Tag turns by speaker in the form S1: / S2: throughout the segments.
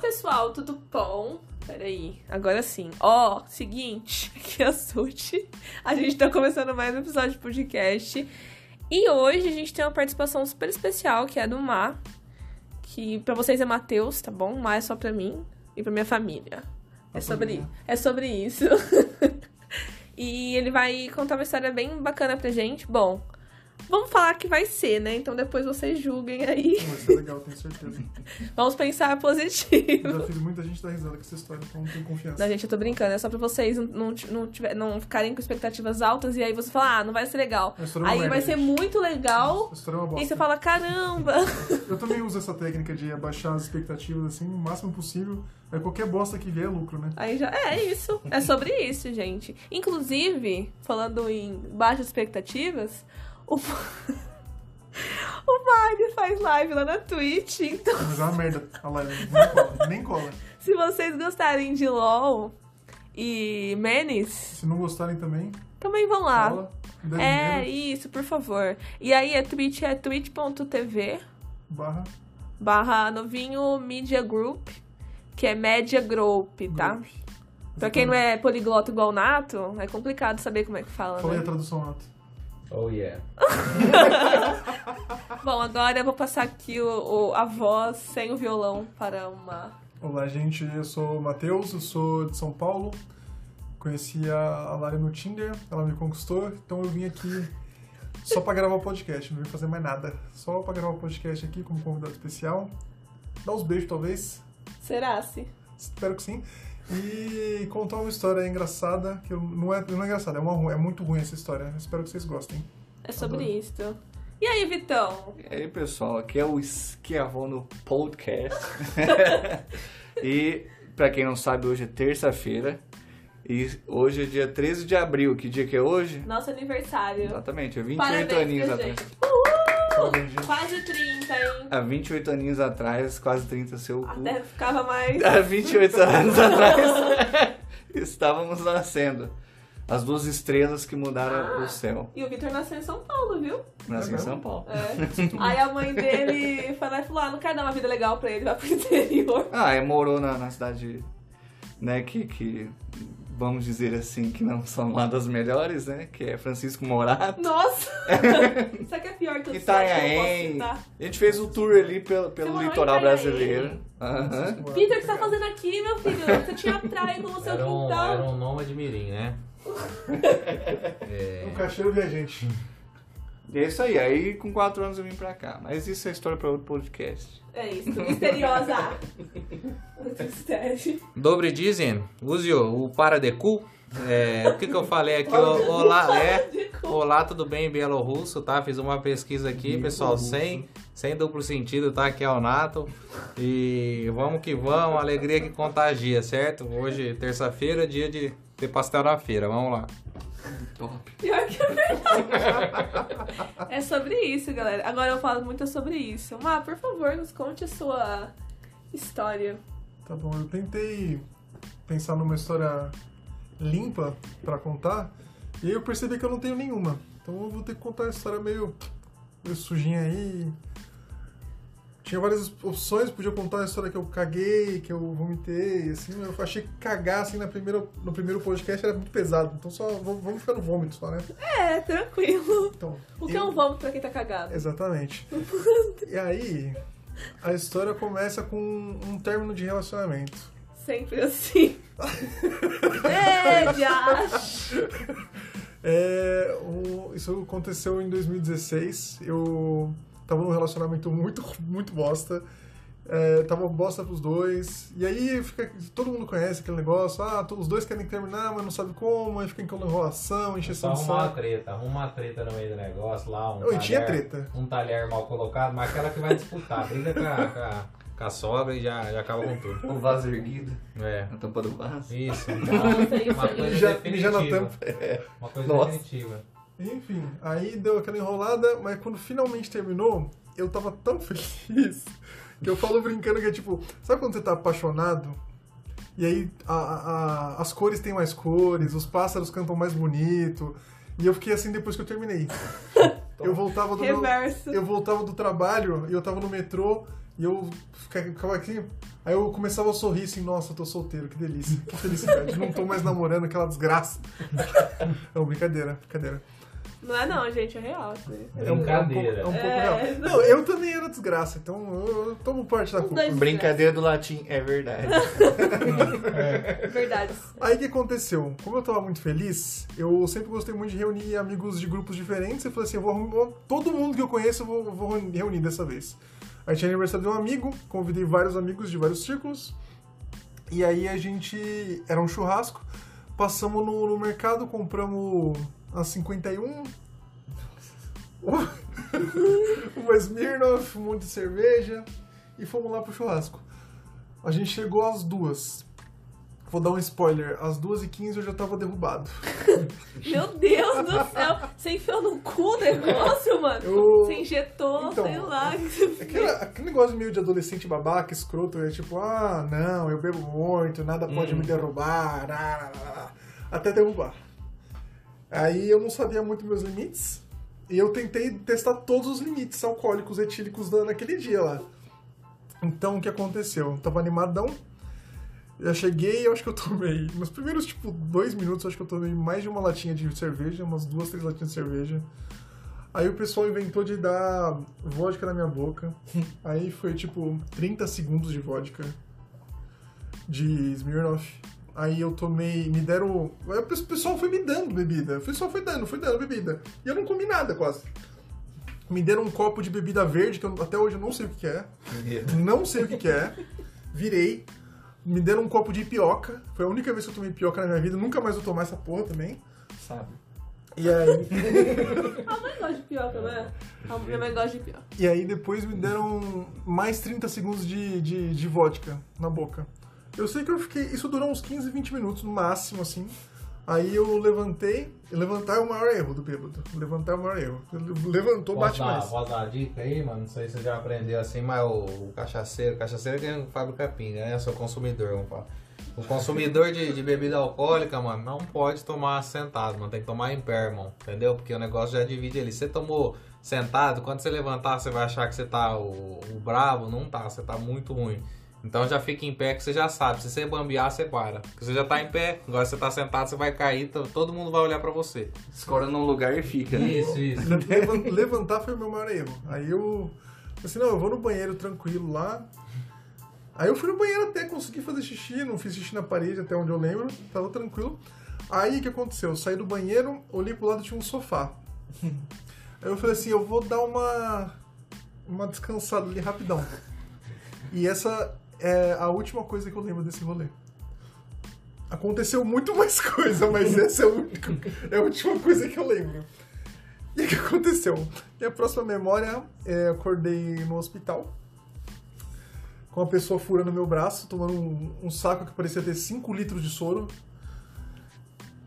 S1: pessoal, tudo bom? Peraí, agora sim. Ó, seguinte, aqui é a Suti. A gente tá começando mais um episódio de podcast. E hoje a gente tem uma participação super especial, que é do Mar. Que pra vocês é Matheus, tá bom? Mar é só pra mim e pra minha família. É sobre, é sobre isso. e ele vai contar uma história bem bacana pra gente. Bom, vamos falar que vai ser, né? Então depois vocês julguem aí.
S2: Vai ser é legal, tenho certeza.
S1: Vamos pensar positivo.
S2: Já fiz muita gente dar risada com essa história, então não tenho confiança.
S1: Não, gente, eu tô brincando. É só pra vocês não, não, não tiver- não ficarem com expectativas altas e aí você fala, ah, não vai ser legal.
S2: A história é uma
S1: Aí vai
S2: merda,
S1: ser
S2: gente.
S1: muito legal
S2: A história é uma
S1: e você
S2: bosta.
S1: fala, caramba.
S2: Eu também uso essa técnica de abaixar as expectativas assim o máximo possível. Aí qualquer bosta que vier é lucro, né?
S1: Aí já, é isso. É sobre isso, gente. Inclusive, falando em baixas expectativas, o... o Mário faz live lá na Twitch, então...
S2: Mas é uma merda a live. Nem cola, nem cola.
S1: Se vocês gostarem de LOL e Menes,
S2: Se não gostarem também,
S1: também vão lá.
S2: cola. me dá
S1: É,
S2: dinheiro,
S1: isso, por favor. E aí a Twitch é twitch.tv
S2: barra.
S1: barra novinho media group, que é média group, tá?
S2: Group.
S1: Pra quem não é poliglota igual o Nato, é complicado saber como é que fala,
S2: Falei a
S1: né?
S2: tradução alta.
S3: Oh yeah.
S1: Bom, agora eu vou passar aqui o, o- a voz sem o violão para uma...
S2: Olá, gente. Eu sou o Matheus, eu sou de São Paulo. Conheci a a Lari no Tinder, ela me conquistou, então eu vim aqui só pra gravar o podcast, não vim fazer mais nada. Só pra gravar o podcast aqui como convidado especial. Dar uns beijos, talvez.
S1: Será-se?
S2: Espero que sim. E contar uma história engraçada, que eu- não é, não é engraçada, é, uma, ru- é muito ruim essa história. Espero que vocês gostem.
S1: É sobre
S3: Adoro.
S1: isto. E aí, Vitão?
S3: E aí, pessoal, aqui é o Esquiavão no podcast. e, pra quem não sabe, hoje é terça-feira. E hoje é dia 13 de abril. Que dia que é hoje?
S1: Nosso aniversário.
S3: Exatamente, é 28
S1: Parabéns
S3: aninhos
S1: pra
S3: atrás.
S1: gente. Uhul!
S2: Parabéns, gente.
S1: Quase 30, hein?
S3: Há 28 aninhos atrás, quase 30, seu cu.
S1: Até ficava mais...
S3: Há 28 anos atrás, estávamos nascendo. As duas estrelas que mudaram
S1: Ah. Uhum.
S3: o céu.
S1: E o Vitor nasceu em São Paulo, viu?
S3: Nasci
S2: É
S3: em
S2: mesmo?
S3: São Paulo.
S1: É. Aí a mãe dele foi lá e falou: ah, não quero dar uma vida legal pra ele, vai pro interior.
S3: Ah, é, morou na, na cidade, né, que, que vamos dizer assim, que não são lá das melhores, né? Que é Francisco Morato.
S1: Nossa! Isso aqui é pior que eu
S3: Itanhaém.
S1: Tá?
S3: A gente fez o tour ali pelo, pelo
S1: morou em
S3: litoral
S1: Itanhaém?
S3: brasileiro. Aham.
S1: Peter, o que você tá fazendo aqui, meu filho? Você tinha praia no seu
S4: Era um,
S1: quintal.
S4: era um nômade mirim, né?
S2: Um cacheiro viajante.
S3: E é isso aí. Aí com quatro anos eu vim pra cá. Mas isso é história pra outro podcast.
S1: É isso, misteriosa. Muito mistério.
S4: Dobre dizem, use o, o para de cu. É, o que que eu falei aqui? O- olá, é. Olá, tudo bem, bielorrusso, tá? Fiz uma pesquisa aqui, pessoal, sem, sem duplo sentido, tá? Aqui é o Nato. E vamos que vamos, alegria que contagia, certo? Hoje, terça-feira, dia de ter pastel na feira, vamos lá.
S3: Top.
S1: Pior que é verdade. É sobre isso, galera. Agora eu falo muito sobre isso. Má, por favor, nos conte a sua história.
S2: Tá bom, eu tentei pensar numa história limpa pra contar, e aí eu percebi que eu não tenho nenhuma. Então eu vou ter que contar a história meio, meio sujinha aí. Tinha várias opções, podia contar a história que eu caguei, que eu vomitei, assim, eu achei que cagar assim na primeira, no primeiro podcast era muito pesado, então só vamos vamos ficar no vômito só, né?
S1: É, tranquilo.
S2: Então,
S1: O que é um vômito pra quem tá cagado?
S2: Exatamente. E aí, a história começa com um término de relacionamento.
S1: Sempre assim. é, de acho.
S2: É, o- isso aconteceu em 2016. Eu tava num relacionamento muito, muito bosta. É, tava bosta pros dois. E aí fica, todo mundo conhece aquele negócio. Ah, to- os dois querem terminar, mas não sabe como. Aí fica em enrolação, encheção de
S4: arruma uma
S2: saco.
S4: treta, arruma uma treta no meio do negócio lá, um
S2: Não, e
S4: talher,
S2: tinha treta.
S4: um talher mal colocado, mas aquela que vai disputar, briga com a, com a- com a sogra e já, já acaba com tudo.
S3: O vaso erguido.
S4: É.
S3: A tampa do vaso.
S4: Isso,
S1: Nossa, isso
S4: uma
S1: aí.
S4: coisa
S2: Já- já na
S4: definitiva. Uma coisa
S3: Nossa.
S4: definitiva.
S2: Enfim, aí deu aquela enrolada, mas quando finalmente terminou, eu tava tão feliz que eu falo brincando que é tipo, sabe quando você tá apaixonado? E aí a- a- a- as cores têm mais cores, os pássaros cantam mais bonito. E eu fiquei assim depois que eu terminei. Eu voltava do meu-
S1: Reverso.
S2: eu voltava do trabalho e eu tava no metrô E eu fica- ficava aqui, aí eu começava a sorrir assim, nossa, eu tô solteiro, que delícia, que felicidade. Não tô mais namorando, aquela desgraça. Não, brincadeira, brincadeira.
S1: Não é não, gente, é real. isso aí.
S2: É um, é um pouco, é um pouco
S1: É,
S2: real.
S1: não.
S2: Não, eu também era desgraça, então eu, eu tomo parte da
S1: Os
S2: culpa.
S1: dois-
S3: Brincadeira do latim, é verdade.
S1: Verdade.
S2: Aí o que aconteceu? Como eu tava muito feliz, eu sempre gostei muito de reunir amigos de grupos diferentes. Eu falei assim: eu vou arrumar todo mundo que eu conheço, eu vou, vou reunir dessa vez. Aí tinha aniversário de um amigo, convidei vários amigos de vários círculos. E aí a gente. Era um churrasco. Passamos no, no mercado, compramos a 51. Uma Smirnoff, um monte de cerveja. E fomos lá pro churrasco. A gente chegou às duas. Vou dar um spoiler. Às 2h15 eu já tava derrubado.
S1: Meu Deus do céu. Você enfiou no cu o negócio, mano?
S2: Eu-
S1: Você injetou,
S2: Então,
S1: sei lá. o que você fez.
S2: Aquela- aquele negócio meio de adolescente babaca, escroto, é tipo, ah, não, eu bebo muito, nada pode me derrubar, ah, ah, ah", até derrubar. Aí eu não sabia muito meus limites, e eu tentei testar todos os limites alcoólicos, etílicos da- naquele dia lá. Então o que aconteceu? Eu tava animadão, já cheguei eu acho que eu tomei, nos primeiros tipo dois minutos, eu acho que eu tomei mais de uma latinha de cerveja, umas duas, três latinhas de cerveja. Aí o pessoal inventou de dar vodka na minha boca. Aí foi tipo 30 segundos de vodka de Smirnoff. Aí eu tomei, me deram. aí O pessoal foi me dando bebida. O pessoal foi dando, foi dando bebida. E eu não comi nada quase. Me deram um copo de bebida verde, que eu- até hoje eu não sei o que que é. Não sei o que, que é. Virei. Me deram um copo de pioca. Foi a única vez que eu tomei pioca na minha vida. Nunca mais vou tomar essa porra também.
S3: Sabe?
S2: E aí.
S1: A mãe gosta de pioca, né? A minha mãe gosta de pioca.
S2: E aí depois me deram mais 30 segundos de, de, de vodka na boca. Eu sei que eu fiquei. Isso durou uns 15, 20 minutos no máximo, assim. Aí eu levantei. e Levantar é o maior erro do bêbado. Levantar é o maior erro. Le- Levantou, Então
S4: Posso
S2: bate
S4: dar,
S2: mais.
S4: posso dar uma dica aí, mano? Não sei se você já aprendeu assim, mas o, o cachaceiro, o cachaceiro que fábrica pinga, né? Eu sou consumidor, vamos falar. O consumidor de, de bebida alcoólica, mano, não pode tomar sentado, mano. Tem que tomar em pé, irmão, entendeu? Porque o negócio já divide ali. Você tomou sentado, quando você levantar, você vai achar que você tá o, o bravo, não tá, você tá muito ruim. Então já fica em pé que você já sabe. Se você bambear, você para. Porque você já tá em pé. Agora você tá sentado, você vai cair, to- todo mundo vai olhar pra você.
S3: Escora num lugar e fica. né?
S4: Isso, isso.
S2: Levan- Levantar foi o meu maior erro. Aí eu. falei Assim, não, eu vou no banheiro tranquilo lá. Aí eu fui no banheiro até conseguir fazer xixi, não fiz xixi na parede até onde eu lembro, tava tranquilo. Aí o que aconteceu? Eu saí do banheiro, olhei pro lado tinha um sofá. Aí eu falei assim, eu vou dar uma uma descansada ali rapidão. E essa é a última coisa que eu lembro desse rolê. Aconteceu muito mais coisa, mas essa é, a única, é a última coisa que eu lembro. E o que aconteceu? Minha próxima memória é acordei no hospital com uma pessoa furando meu braço, tomando um, um saco que parecia ter 5 litros de soro.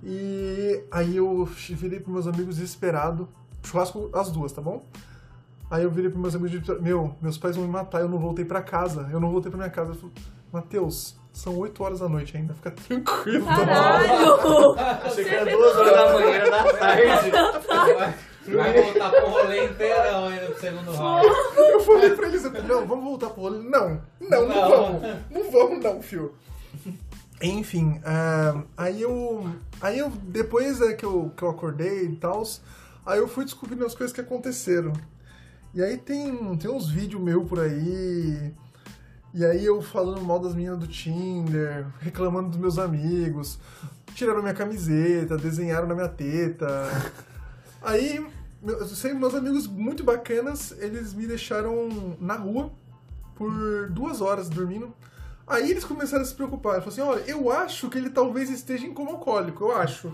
S2: E aí eu virei pros meus amigos desesperado. Churrasco às duas, tá bom? Aí eu virei pros meus amigos e meu, meus pais vão me matar, eu não voltei pra casa, eu não voltei pra minha casa. Eu falei, Matheus, são 8 horas da noite ainda, fica tranquilo. tá bom?"
S1: Caralho!
S3: Achei que era duas horas da manhã, era da tarde.
S4: Vai voltar pro rolê inteirão ainda pro segundo round.
S2: Eu falei pra eles, eu falei, não, vamos voltar pro rolê. Não, não, não,
S4: Não.
S2: vamos. Não vamos não, fio. Enfim, ah, aí eu. Aí eu. Depois é que eu, que eu acordei e tal, aí eu fui descobrindo as coisas que aconteceram. E aí tem, tem uns vídeos meu por aí. E aí eu falando mal das meninas do Tinder, reclamando dos meus amigos, tiraram minha camiseta, desenharam na minha teta. Aí, meu, sei, meus amigos muito bacanas, eles me deixaram na rua por duas horas dormindo. Aí eles começaram a se preocupar. Falaram assim: olha, eu acho que ele talvez esteja em coma alcoólico, eu acho.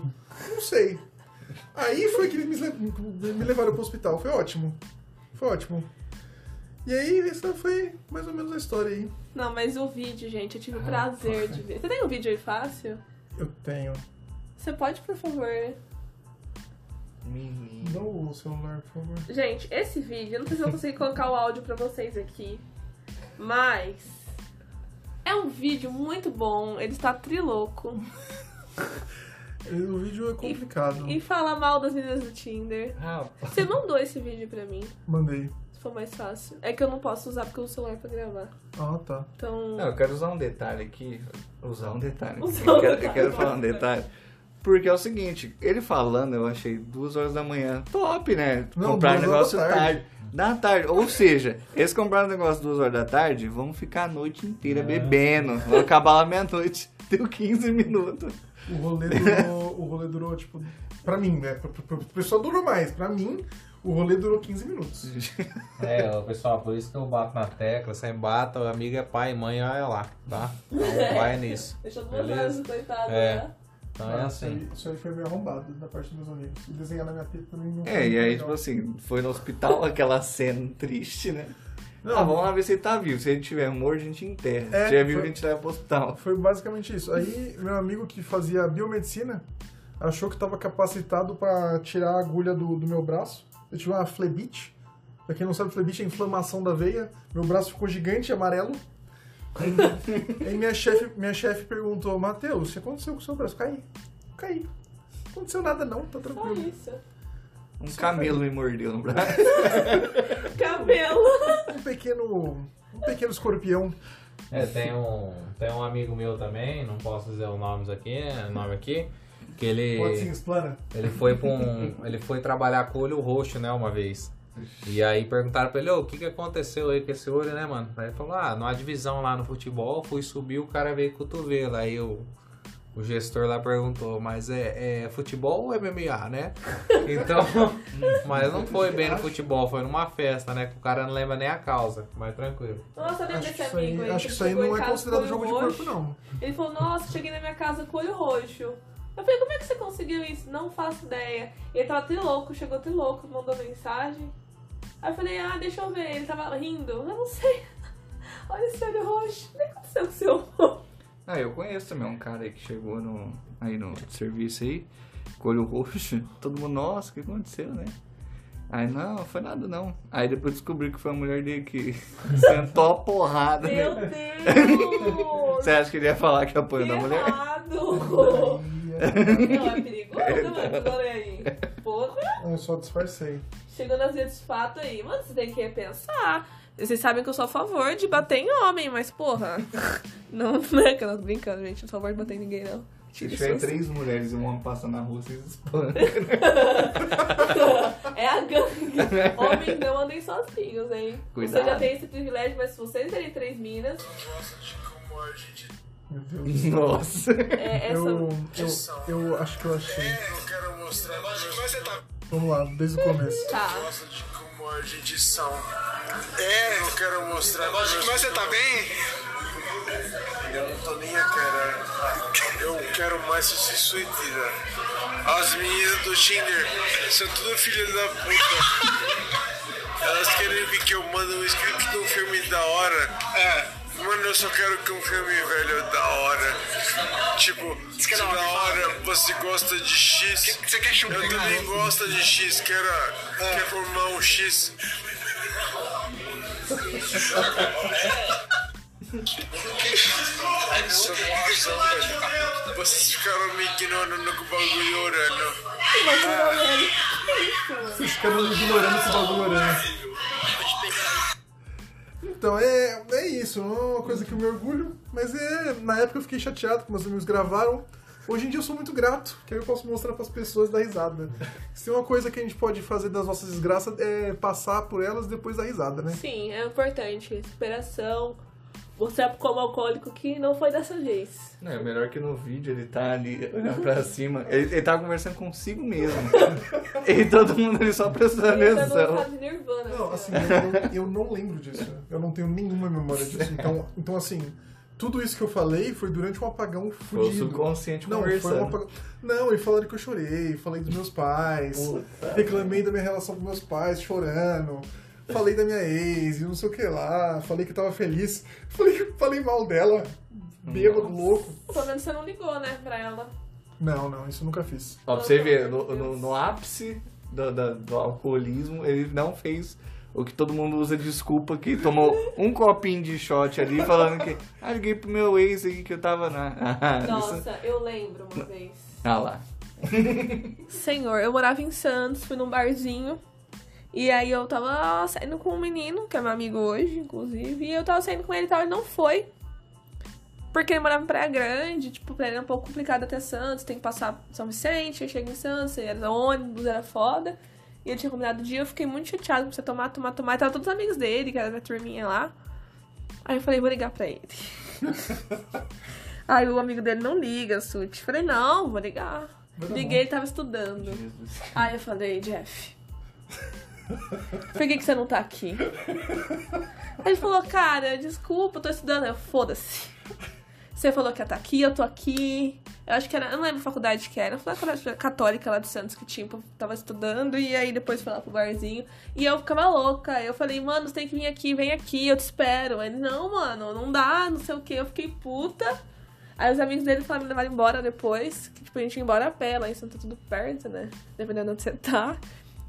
S2: Não sei. Aí foi que eles me, le- me levaram pro hospital. Foi ótimo. Foi ótimo. E aí, essa foi mais ou menos a história aí.
S1: Não, mas o vídeo, gente, eu tive o prazer de ver. Você tem um vídeo aí fácil?
S2: Eu tenho.
S1: Você pode, por favor?
S3: Menino.
S4: Uhum.
S2: Dá o celular, por favor.
S1: Gente, esse vídeo, eu não sei se eu vou conseguir colocar o áudio pra vocês aqui, mas é um vídeo muito bom, ele está triloco
S2: O vídeo é complicado.
S1: e fala mal das meninas do Tinder.
S4: Ah,
S1: Você mandou esse vídeo pra mim.
S2: Mandei.
S1: Você for mais fácil. É que eu não posso usar porque eu uso o celular pra gravar.
S2: Ah, tá.
S1: Então.
S3: Não, eu quero usar um detalhe aqui. Usar um detalhe.
S1: Usar
S3: eu,
S1: um
S3: quero, eu
S1: detalhe.
S3: quero falar um detalhe. Porque é o seguinte, ele falando, eu achei duas horas da manhã. Top, né?
S2: Não,
S3: comprar um
S2: duas
S3: negócio
S2: horas da tarde.
S3: tarde. Da tarde. Ou seja, eles compraram um negócio duas horas da tarde, vão ficar a noite inteira bebendo. Vão acabar lá meia-noite. Deu 15 minutos.
S2: O rolê durou, o rolê durou tipo, pra mim, né? Pro- pro- pro pessoal durou mais. Pra mim, o rolê durou 15 minutos.
S4: É, ó, pessoal, por isso que eu bato na tecla, sem bata, o amigo é pai, mãe, olha lá, tá? Então vai nisso.
S1: Deixa eu
S4: Beleza.
S1: duas o coitado,
S4: É.
S1: né?
S4: Então é
S2: Isso
S4: assim.
S2: aí- Isso aí foi meio arrombado da parte dos meus amigos. E desenhar na minha teta também não
S3: É,
S2: foi
S3: e aí,
S2: legal.
S3: tipo assim, foi no hospital aquela cena triste, né?
S2: Não.
S3: ah, vamos lá ver se ele tá vivo. Se ele tiver morto, a gente enterra.
S2: É,
S3: se tiver vivo,
S2: foi-
S3: a gente leva pro hospital.
S2: Foi basicamente isso. Aí, meu amigo que fazia biomedicina achou que estava capacitado para tirar a agulha do, do meu braço. Eu tive uma flebite. Pra quem não sabe, flebite é inflamação da veia. Meu braço ficou gigante, amarelo. Aí minha chefe minha chefe perguntou, Matheus, o que aconteceu com o seu braço? Caí. Caí. Não aconteceu nada não,
S1: Só
S2: tá tranquilo.
S1: isso.
S3: Um camelo me mordeu no braço.
S1: Cabelo.
S2: Um pequeno. Um pequeno escorpião.
S4: É, tem um, tem um amigo meu também, não posso dizer os nomes aqui, né, o nome aqui, que ele...
S2: Pode sim, explana.
S4: Ele foi pra um. Ele foi trabalhar com o olho roxo, né, uma vez. E aí perguntaram pra ele, ô, o que, que aconteceu aí com esse olho, né, mano? Aí ele falou, ah, numa divisão lá no futebol, fui subir, o cara veio cotovelo. Aí o, o gestor lá perguntou, mas é, é futebol ou MMA, né? Então, mas não foi bem no futebol, foi numa festa, né? Que o cara não lembra nem a causa, mas tranquilo.
S1: Nossa, lembra
S2: Acho que
S1: desse
S2: isso
S1: amigo
S2: aí,
S1: aí?
S2: acho que
S1: que
S2: isso aí
S1: chegou
S2: não
S1: em
S2: é
S1: casa com
S2: considerado
S1: olho
S2: jogo de
S1: roxo.
S2: corpo, não.
S1: Ele falou, nossa, cheguei na minha casa com o olho roxo. Eu falei, como é que você conseguiu isso? Não faço ideia. E ele tava trilouco, chegou trilouco, mandou mensagem. Aí eu falei, ah, deixa eu ver. Ele tava rindo. Eu não sei. Olha esse olho roxo. O que aconteceu com seu olho?
S3: Ah, eu conheço também um cara aí que chegou no, aí no serviço aí, com o olho roxo. Todo mundo, nossa, o que aconteceu, né? Aí, não, foi nada não. Aí depois descobri que foi a mulher dele que sentou a porrada. né?
S1: Meu Deus!
S3: Você acha que ele ia falar que
S1: Que
S3: apoiou da mulher?
S1: errado!
S2: Aí,
S1: Não, é perigoso, mano. Olha aí. Porra.
S2: é, Eu só disfarcei.
S1: Chegou nas vias de fato aí, mano, você tem que repensar. Vocês sabem que eu sou a favor de bater em homem, mas porra. Não, não é que eu tô brincando, gente. Eu sou a favor de bater em ninguém, não.
S3: Se
S1: Tire
S3: tiver
S1: suas-
S3: três mulheres e um homem passando na rua, vocês espantam.
S1: É a gangue. Homens não andem sozinhos, hein?
S3: Cuidado.
S1: Você já tem esse privilégio, mas se vocês terem três minas,
S2: Meu Deus do céu.
S3: Nossa.
S1: é essa.
S2: Eu, eu, eu acho que eu achei.
S5: é, Eu quero mostrar pra você tá- Ah.
S2: Vamos lá, desde o começo.
S1: Tá.
S5: gosta de como a gente são. É, eu quero mostrar. Mas você tá bem? Eu não tô nem a cara. Eu quero mais se suicida. As meninas do Tinder são tudo filhas da puta. Elas querem ver que eu mando um script de um filme da hora. É. Mano, eu só quero que um filme velho da hora. Tipo, se da hora você gosta de X. Você quer Eu também gosto de X, quero, quero formar um X. é um Só confusão, velho. Vocês ficaram me ignorando com o bagulho né? orando.
S2: Vocês ficaram me ignorando esse bagulho orando. Então, é, é isso. Não é uma coisa que eu me orgulho, mas é... Na época eu fiquei chateado que meus amigos gravaram. Hoje em dia eu sou muito grato, que aí eu posso mostrar pras pessoas da risada. né? Se tem uma coisa que a gente pode fazer das nossas desgraças é passar por elas e depois da risada, né?
S1: Sim, é importante. Superação. Mostrar como alcoólico que não foi dessa vez.
S3: Não, é melhor que no vídeo ele tá ali olhando pra cima. Ele, ele tá conversando consigo mesmo. e todo mundo ali só prestando
S1: Ele tá numa
S3: atenção.
S1: fase nirvana.
S2: Não,
S1: assim,
S2: assim, eu, eu não lembro disso. Eu não tenho nenhuma memória disso. Então, então assim, tudo isso que eu falei foi durante um apagão
S3: Foi o
S2: fudido.
S3: subconsciente
S2: Não, foi
S3: conversando.
S2: uma paga- Não, e falaram que eu chorei, falei dos meus pais, reclamei da minha relação com meus pais, chorando, falei da minha ex e não sei o que lá, falei que eu tava feliz, falei, que- falei mal dela, bêbado, louco.
S1: ó. Pelo menos você não ligou, né, pra ela.
S2: Não, não, isso eu nunca fiz.
S3: Ó, pra você ver, no, no- no ápice do, do- do alcoolismo, ele não fez o que todo mundo usa de desculpa, que tomou um copinho de shot ali, falando que, ah, liguei pro meu ex aqui que eu tava na... Ah, isso-
S1: Nossa, eu lembro uma vez.
S3: Ah lá.
S1: Senhor, eu morava em Santos, fui num barzinho. E aí eu tava saindo com um menino, que é meu amigo hoje, inclusive, e eu tava saindo com ele e tal, ele não foi. Porque ele morava em Praia Grande, tipo, pra ele era um pouco complicado até Santos, tem que passar São Vicente, aí chega em Santos, aí era ônibus, era foda. E ele tinha combinado o dia, eu fiquei muito chateada, comecei a tomar, tomar, tomar, e tava todos os amigos dele, que era da turminha lá. Aí eu falei, vou ligar pra ele. aí o amigo dele não liga, Sute. Falei, não, vou ligar.
S2: Vai dar
S1: Liguei, ele tava estudando.
S3: Jesus.
S1: Aí eu falei, Jeff, por que, que você não tá aqui? Aí ele falou, cara, desculpa, eu tô estudando. Eu, foda-se. Você falou que ia tá aqui, eu tô aqui. Eu acho que era, eu não lembro a faculdade que era, foi a faculdade católica lá de Santos que tinha, eu tava estudando, e aí depois foi lá pro barzinho. E eu ficava louca. Eu falei, mano, você tem que vir aqui, vem aqui, eu te espero. Ele, não, mano, não dá, não sei o que. Eu fiquei puta. Aí os amigos dele falaram me levaram embora depois, que tipo, a gente ia embora a pé, lá em Santos é tudo perto, né? Dependendo de onde você tá.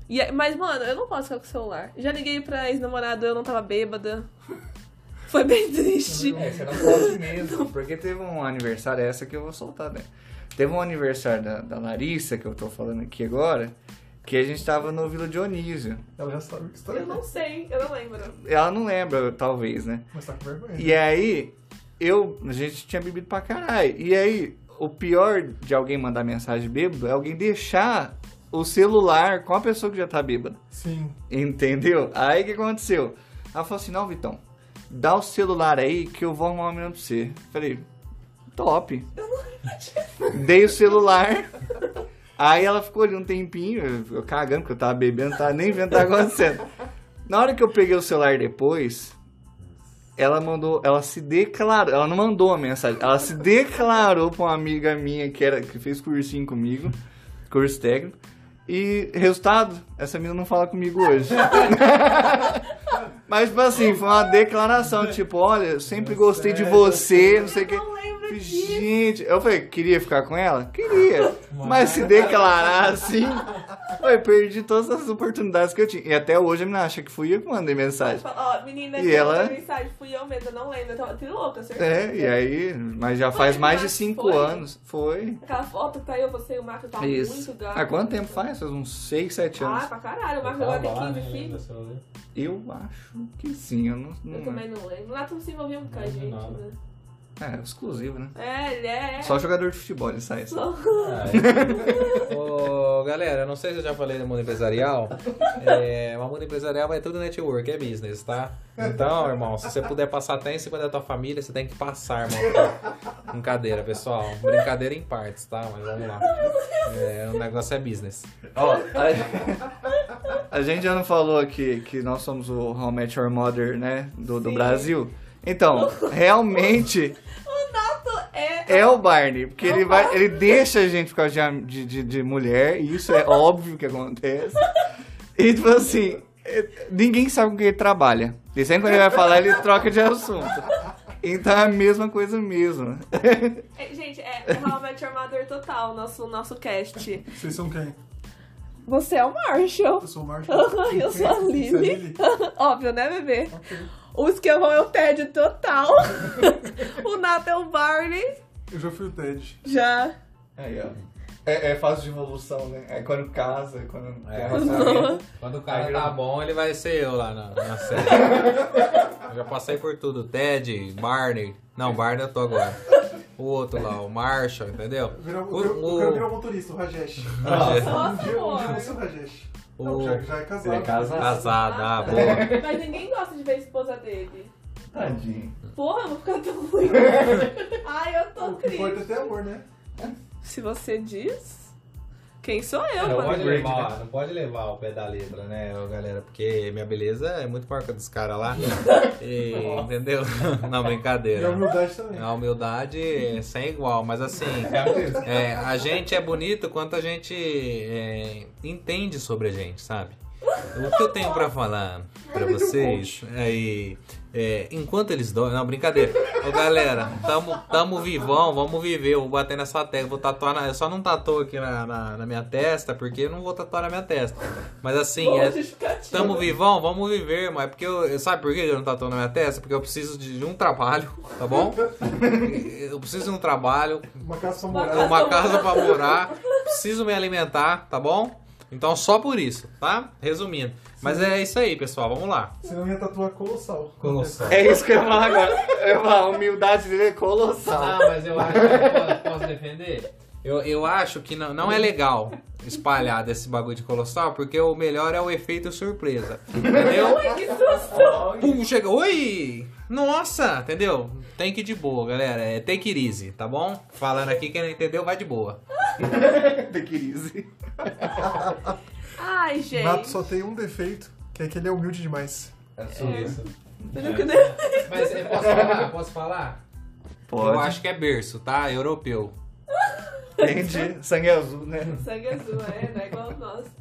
S1: E aí- mas, mano, eu não posso ficar com o celular. Já liguei pra ex-namorado, eu não tava bêbada. Foi bem triste.
S3: É, você não pode mesmo. Porque teve um aniversário, essa que eu vou soltar, né? Teve um aniversário da, da Larissa, que eu tô falando aqui agora, que a gente tava no Vila Dionísio.
S2: Ela já sabe o que está
S1: Eu não sei, eu não lembro.
S3: Ela não lembra, talvez, né?
S2: Mas tá com vergonha.
S3: E aí, eu, a gente tinha bebido pra caralho. E aí, o pior de alguém mandar mensagem bêbado é alguém deixar o celular com a pessoa que já tá bêbada.
S2: Sim.
S3: Entendeu? Aí o que aconteceu? Ela falou assim: não, Vitão, dá o celular aí que eu vou arrumar uma menina pra você. Falei, top. Dei o celular. Aí ela ficou ali um tempinho, eu, eu cagando, porque eu tava bebendo, não tava nem vendo o que tava acontecendo. Na hora que eu peguei o celular depois, ela mandou, ela se declarou, ela não mandou a mensagem, ela se declarou pra uma amiga minha que, era, que fez cursinho comigo, curso técnico, e resultado, essa menina não fala comigo hoje. Mas, tipo assim, foi uma declaração, tipo, olha, eu sempre gostei de você, não sei o que.
S1: não lembro
S3: Falei,
S1: disso.
S3: Gente, eu falei, queria ficar com ela? Queria. Mas se declarar assim, eu perdi todas as oportunidades que eu tinha. E até hoje a menina acha que fui eu que mandei mensagem.
S1: Ó, menina,
S3: E
S1: que
S3: ela-
S1: mandou mensagem, fui eu mesma, eu não lembro. Eu tava de louca, certeza.
S3: É, e aí, mas já
S1: Foi
S3: faz
S1: em
S3: mais de
S1: março,
S3: 5
S1: foi?
S3: anos. Foi.
S1: Aquela foto que tá eu, você e o Marco, tava muito
S3: Isso.
S1: gato.
S3: Há quanto tempo faz? Faz uns 6, 7
S1: Ah,
S3: anos.
S1: pra caralho, o Marco agora né? tem
S4: né?
S1: 15 filhos.
S3: Eu acho que sim, eu não. não
S1: Eu também não lembro. Lá tu se envolvia muito com a
S6: Não
S1: gente,
S6: lembro nada.
S1: né?
S3: É, exclusivo, né?
S1: É, ele é.
S3: Só jogador de futebol, ele sai.
S1: Só-
S4: Ô, galera, eu não sei se eu já falei do mundo empresarial. É, mas mundo empresarial é tudo network, é business, tá? Então, irmão, se você puder passar até em cima da tua família, você tem que passar, irmão. Brincadeira, pessoal. Brincadeira em partes, tá? Mas vamos lá. É, o negócio é business.
S3: Ó, a... a gente já não falou aqui que nós somos o How I Met Your Mother, né? Do, do
S1: Sim.
S3: Brasil. Então, realmente
S1: O Nato é.
S3: é o Barney, porque
S1: É o
S3: ele vai, ele deixa a gente por causa de am- de, de, de mulher, e isso é óbvio que acontece. E tipo assim, é- ninguém sabe com quem ele trabalha. E sempre quando ele vai falar, ele troca de assunto. Então é a mesma coisa mesmo.
S1: é- Gente, é How I Met Your Mother total, nosso, nosso cast.
S2: Vocês são quem?
S1: Você é o Marshall.
S2: Eu sou o Marcos.
S1: Eu sou a
S2: Você é
S1: Lily. Óbvio, né, bebê? O esquemão é o Ted total. o Nato é o Barney.
S2: Eu já fui o Ted.
S1: Já.
S3: Aí, ó. É, fácil de evolução, né? É quando casa, quando.
S4: É, Quando o cara tá bom, ele vai ser eu lá na, na série. Eu já passei por tudo. Ted, Barney. Não, Barney eu tô agora. O outro lá, o Marshall, entendeu?
S2: Eu quero,
S4: O-
S2: eu quero- eu
S4: o-
S2: quero virar motorista, o Rajesh. Um dia, um dia eu vou ser o Rajesh.
S4: O
S2: Já, tá já é casado.
S3: Ele é casado.
S4: casado, ah, boa.
S1: Mas ninguém gosta de ver a esposa dele.
S3: Tadinho.
S1: Porra, eu vou ficar tão ruim. Ai, eu tô
S2: O que importa é
S1: triste.
S2: ter amor, né?
S1: Se você diz, quem sou eu,
S4: Não pode,
S1: mano?
S4: levar, né? não pode levar o pé da letra, né, ô, galera? Porque minha beleza é muito maior que a dos caras lá. E, entendeu? Não,
S2: E a
S4: brincadeira.
S2: humildade também.
S4: A humildade é sem igual, mas assim, é, a gente é bonito quanto a gente é, entende sobre a gente, sabe? O que eu tenho pra falar pra vocês aí, é, enquanto eles dão, não, brincadeira. Ô galera, tamo, tamo vivão, vamos viver. Eu vou bater nessa tecla, vou tatuar na, eu só não tatuo aqui na, na, na minha testa, porque eu não vou tatuar na minha testa. Mas assim,
S1: Boa
S4: é,
S1: justificativa.
S4: Tamo vivão, vamos viver, mas porque eu. eu- Sabe por que eu não tatuo na minha testa? Porque eu preciso de de um trabalho, tá bom? Eu preciso de um trabalho,
S2: Uma caça
S1: Uma
S6: um
S2: moral.
S1: caça-
S4: uma casa pra morar, preciso me alimentar, tá bom? Então só por isso, tá? Resumindo. Mas é isso aí, pessoal. Vamos lá.
S2: Senão ia tatuar colossal.
S4: Colossal.
S3: É isso que eu ia falar agora. Eu ia falar, a humildade dele é
S6: Ah,
S3: colossal.
S6: mas eu acho que eu posso, posso defender.
S4: Eu, eu acho que não, não é legal espalhar desse bagulho de colossal, porque o melhor é o efeito surpresa. Entendeu?
S1: Ai, que susto!
S4: Pum, chega. Oi! Nossa, entendeu? Tem que ir de boa, galera. É take it easy, tá bom? Falando aqui, quem não entendeu, vai de boa.
S3: Da crise.
S1: Ai, gente.
S2: Nato só tem um defeito, que é que ele é humilde demais.
S6: É só isso. É,
S1: Entendeu que
S4: É.
S1: deu?
S6: Mas eu posso falar? Posso falar?
S4: Eu
S3: Pode.
S4: acho que é berço, tá? Europeu.
S3: Entendi. Sangue azul, né?
S1: Sangue azul, é, não é igual o nosso.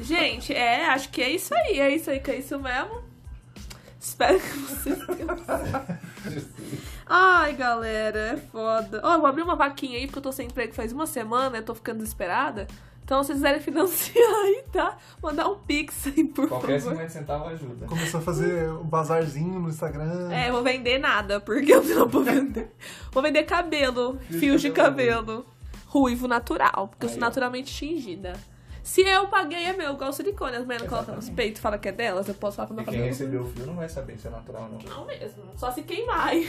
S1: Gente, é, acho que é isso aí, é isso aí, que é isso mesmo. Espero que vocês tenham. Ai, galera, é foda. Ó, eu vou abrir uma vaquinha aí, porque eu tô sem emprego faz uma semana, eu tô ficando desesperada. Então, se vocês quiserem financiar aí, tá? Mandar um pix aí, por
S6: Qualquer
S1: favor.
S6: 50 centavos ajuda.
S2: Começou a fazer um bazarzinho no Instagram.
S6: Ah.
S1: É, eu vou vender nada, porque eu não vou vender. Vou vender cabelo, fios de cabelo. Ruivo natural, porque eu sou naturalmente tingida. Se eu paguei, é meu, igual silicone. As mulheres colocam nos peitos e falam que é delas, eu posso falar que é meu
S6: E quem
S1: cabelo.
S6: recebeu o fio não vai saber se é natural ou não.
S1: Não mesmo, só se queimar. hein?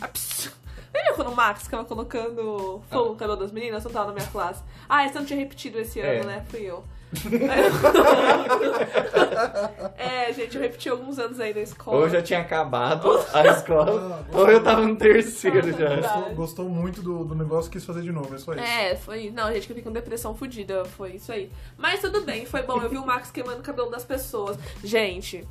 S1: Ah, psiu. Lembra quando o Max ficava colocando fogo no cabelo das meninas? Eu não tava na minha classe. Ah, esse eu não tinha repetido esse ano,
S6: É.
S1: né? Fui eu. Aí eu- é, gente, eu repeti alguns anos aí na escola.
S3: Ou eu já tinha acabado a escola, ou eu tava no terceiro já.
S2: Gostou, gostou muito do, do negócio, quis fazer de novo, é só isso.
S1: É, foi. Não, gente, que eu fiquei com depressão fodida. Foi isso aí. Mas tudo bem, foi bom. Eu vi o Max queimando o cabelo das pessoas. Gente.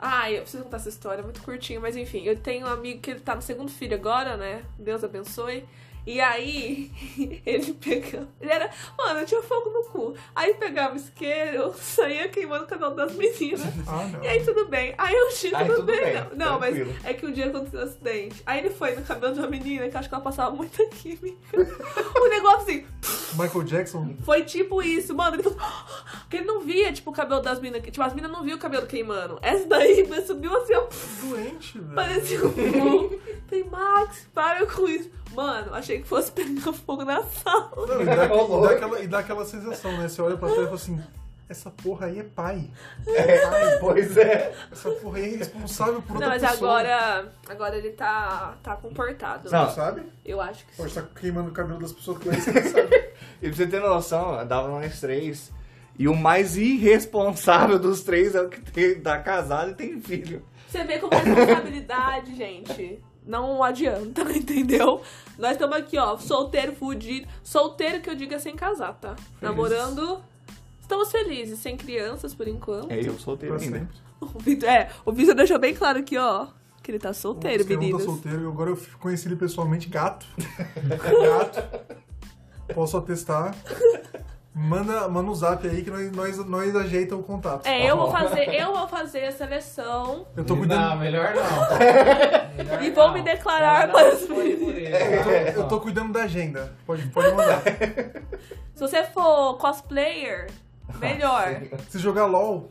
S1: Ai, eu preciso contar essa história, é muito curtinho, mas enfim. Eu tenho um amigo que ele tá no segundo filho agora, né? Deus abençoe. E aí, ele pegava. Ele era. Mano, eu tinha fogo no cu. Aí pegava o isqueiro, saía queimando o cabelo das meninas.
S2: Ah, não.
S1: E aí tudo bem. Aí eu disse,
S6: Aí,
S1: tudo,
S6: tudo
S1: bem.
S6: bem,
S1: não, não mas
S6: tranquilo.
S1: é que um dia aconteceu um acidente. Aí ele foi no cabelo de uma menina, que eu acho que ela passava muita química. o negócio assim,
S2: Michael Jackson,
S1: foi tipo isso, mano. Ele falou, "Ah", porque ele não via, tipo, o cabelo das minas. Tipo, as minas não viam o cabelo queimando. Essa daí mas subiu assim, ó,
S2: doente, velho.
S1: parecia um fogo. Falei, Max, para com isso. Mano, achei que fosse pegar fogo na sala.
S2: Não, e, dá, e dá aquela, e dá aquela sensação, né? Você olha pra trás e fala assim, essa porra aí é pai. É pai,
S3: Pois é.
S2: Essa porra aí é responsável por outra
S1: Não, mas
S2: pessoa.
S1: agora, agora ele tá, tá comportado.
S3: Não.
S2: Você sabe?
S1: Eu acho que sim.
S2: Pô, você tá queimando o cabelo das pessoas que conhecem, você sabe.
S3: E pra você ter noção, ó, dava nós três. E o mais irresponsável dos três é o que tem, tá casado e tem filho.
S1: Você vê como responsabilidade, gente. Não adianta, entendeu? Nós estamos aqui, ó, solteiro, fudido. Solteiro que eu digo é sem casar, tá? Namorando. Estamos felizes, sem crianças por enquanto.
S3: É eu solteiro
S2: Pra
S3: ainda.
S2: sempre.
S1: O Vitor, é, o Vitor deixou bem claro aqui, ó, que ele tá solteiro,
S2: Os que eu não tô
S1: meninos.
S2: um solteiro, e agora eu conheci ele pessoalmente, gato. gato. Posso atestar. Manda, manda um zap aí que nós, nós, nós ajeita o contato.
S1: É, eu vou fazer, eu vou fazer a seleção
S2: Eu tô cuidando,
S6: Não, melhor não. Melhor
S1: e vou
S6: não.
S1: me declarar
S6: Melhor
S1: para
S6: não,
S1: os
S6: foi
S1: meninos.
S6: por ele.
S2: eu tô,
S6: É,
S2: eu tô cuidando da agenda. Pode, pode mandar.
S1: Se você for cosplayer, melhor.
S2: Se jogar LOL,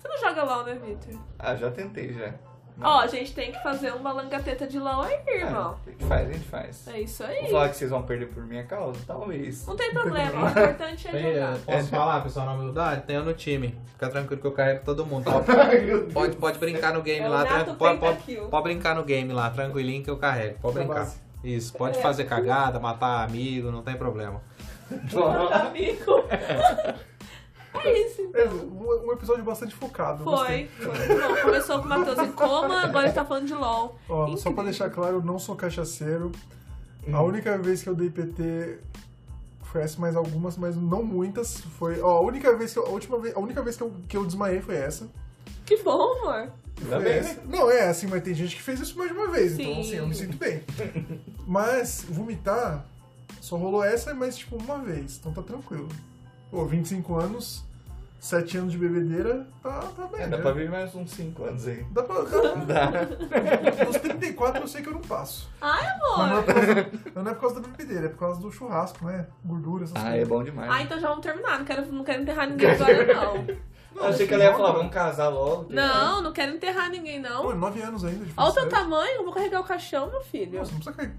S1: Você não joga LOL, né, Vitor?
S3: Ah, já tentei já.
S1: Ó, a gente tem que fazer uma langateta de LOL aí,
S2: É.
S1: irmão.
S3: Ah, A gente faz, a gente faz.
S1: É isso
S3: Vou
S1: aí.
S3: falar que vocês vão perder por minha causa? Talvez.
S1: Não tem problema, o importante é
S6: Tem,
S1: jogar.
S6: eh, Posso falar, pessoal, na humildade? Tenho no time. Fica tranquilo que eu carrego todo mundo. Pode, pode, pode brincar no game
S1: É o
S6: lá. tran-
S1: Nato
S6: Pode, pode,
S1: Pentakill.
S6: pode brincar no game lá, tranquilinho que eu carrego. Pode
S2: Na
S6: brincar.
S2: base.
S6: Isso, pode
S1: É.
S6: fazer cagada, matar amigo, não tem problema.
S1: Amigo. É isso.
S2: é um, um episódio bastante focado. eu
S1: Foi,
S2: gostei.
S1: foi. Bom, começou com o Matheus em coma, agora ele tá falando de LOL.
S2: Ó, só pra deixar claro, eu não sou cachaceiro.
S3: Hum.
S2: A única vez que eu dei PT foi essa, mas algumas, mas não muitas. Foi. Ó, a única vez que eu. A última vez, a única vez que eu, que eu desmaiei foi essa.
S1: Que bom, amor.
S3: Ainda
S2: Foi
S3: Tá bem. né?
S2: essa. Não, é assim, mas tem gente que fez isso mais de uma vez, então
S1: Sim.
S2: assim, eu me sinto bem. Mas vomitar só rolou essa, mas tipo, uma vez, então tá tranquilo. Pô, 25 anos, 7 anos de bebedeira, tá, tá bem.
S3: É,
S2: né?
S3: dá pra viver mais uns 5 anos aí.
S2: Dá pra. Dá. Os 34 eu sei que eu não passo.
S1: Ai,
S2: Mas não é
S1: amor.
S2: por causa, mas não é por causa da bebedeira, é por causa do churrasco, né? Gordura, essas
S3: Ah, é
S2: coisas.
S3: bom demais.
S1: Ah, então já vamos terminar. Não quero, não quero enterrar ninguém agora, não.
S3: Eu achei que ela ia falar, vamos casar logo. que-
S1: Não, não quero enterrar ninguém,
S2: Pô,
S1: não.
S2: é 9 anos ainda. de
S1: Olha o teu
S2: felicidade.
S1: tamanho, eu vou carregar o caixão, meu filho.
S2: Nossa, não precisa cair.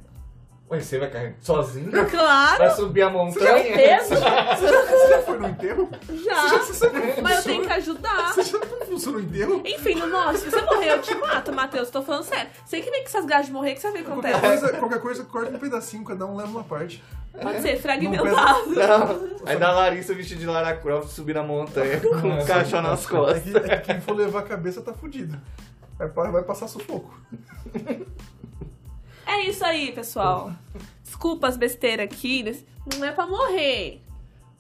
S3: Ué, você vai carregar sozinho? Vai
S1: Claro!
S3: subir a montanha?
S1: Peso?
S2: Você já foi no enterro? Você
S1: Já! Tá.
S2: sabe como
S1: Mas eu
S2: funciona?
S1: tenho que ajudar!
S2: Você já viu como funciona o enterro?
S1: Enfim, não morre. Se você morrer, eu te mato, Matheus. Tô falando sério. Sei que nem que essas gajas de morrer que você vê o que
S2: Qualquer
S1: acontece.
S2: coisa, qualquer coisa, corta um pedacinho, cada um leva uma parte.
S1: Pode ser fragmentado.
S3: Não. Aí dá a Larissa vestida de Lara Croft subir na montanha com um caixão nas
S2: É
S3: costas.
S2: que, é que quem for levar a cabeça tá fudido. Vai, pa- vai passar sufoco.
S1: É isso aí, pessoal. Desculpa as besteiras aqui. né? Não é pra morrer.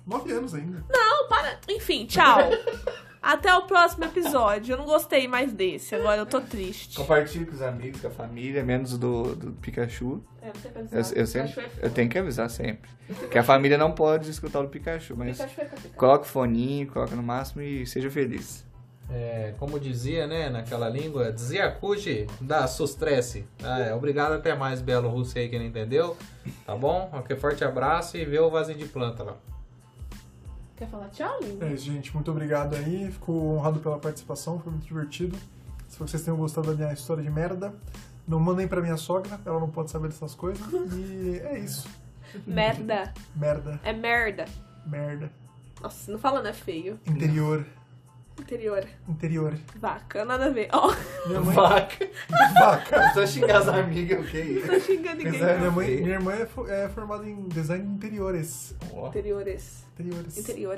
S2: Nove anos ainda.
S1: Não, para. Enfim, tchau. Até o próximo episódio. Eu não gostei mais desse. Agora eu tô triste.
S3: Compartilhe com os amigos, com a família, menos do, do Pikachu.
S1: É, você vai
S3: Eu,
S1: avisar.
S3: eu sempre,
S1: Pikachu é-
S3: eu tenho que avisar sempre. Que a família não pode escutar o Pikachu, mas
S1: Pikachu é complicado.
S3: coloca o foninho, coloca no máximo e seja feliz.
S6: É, como dizia, né, naquela língua, dizia cuji da sustresse. Ah, é, obrigado, até mais, Belo Russo aí que não entendeu. Tá bom? Ok, forte abraço e vê o vasinho de planta lá.
S1: Quer falar tchau, lindo?
S2: É isso, gente. Muito obrigado aí. Fico honrado pela participação, foi muito divertido. Espero que vocês tenham gostado da minha história de merda. Não mandem pra minha sogra, ela não pode saber dessas coisas. E é isso.
S1: Merda.
S2: Merda,
S1: É merda.
S2: merda.
S1: Nossa, não fala, não é feio.
S2: Interior,
S1: Interior.
S2: interior.
S1: Vaca, nada a ver. Ó,
S2: Minha mãe,
S3: Vaca!
S2: vaca.
S3: Só xingar as amigas, o que é
S1: não tô xingando ninguém.
S2: Mas é, minha, mãe, minha irmã é, fo- é formada em design de interiores.
S1: Interiores.
S2: Interiores.
S1: Interior.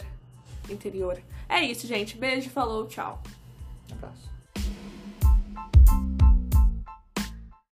S1: Interior. É isso, gente. Beijo, falou, tchau.
S3: Abraço.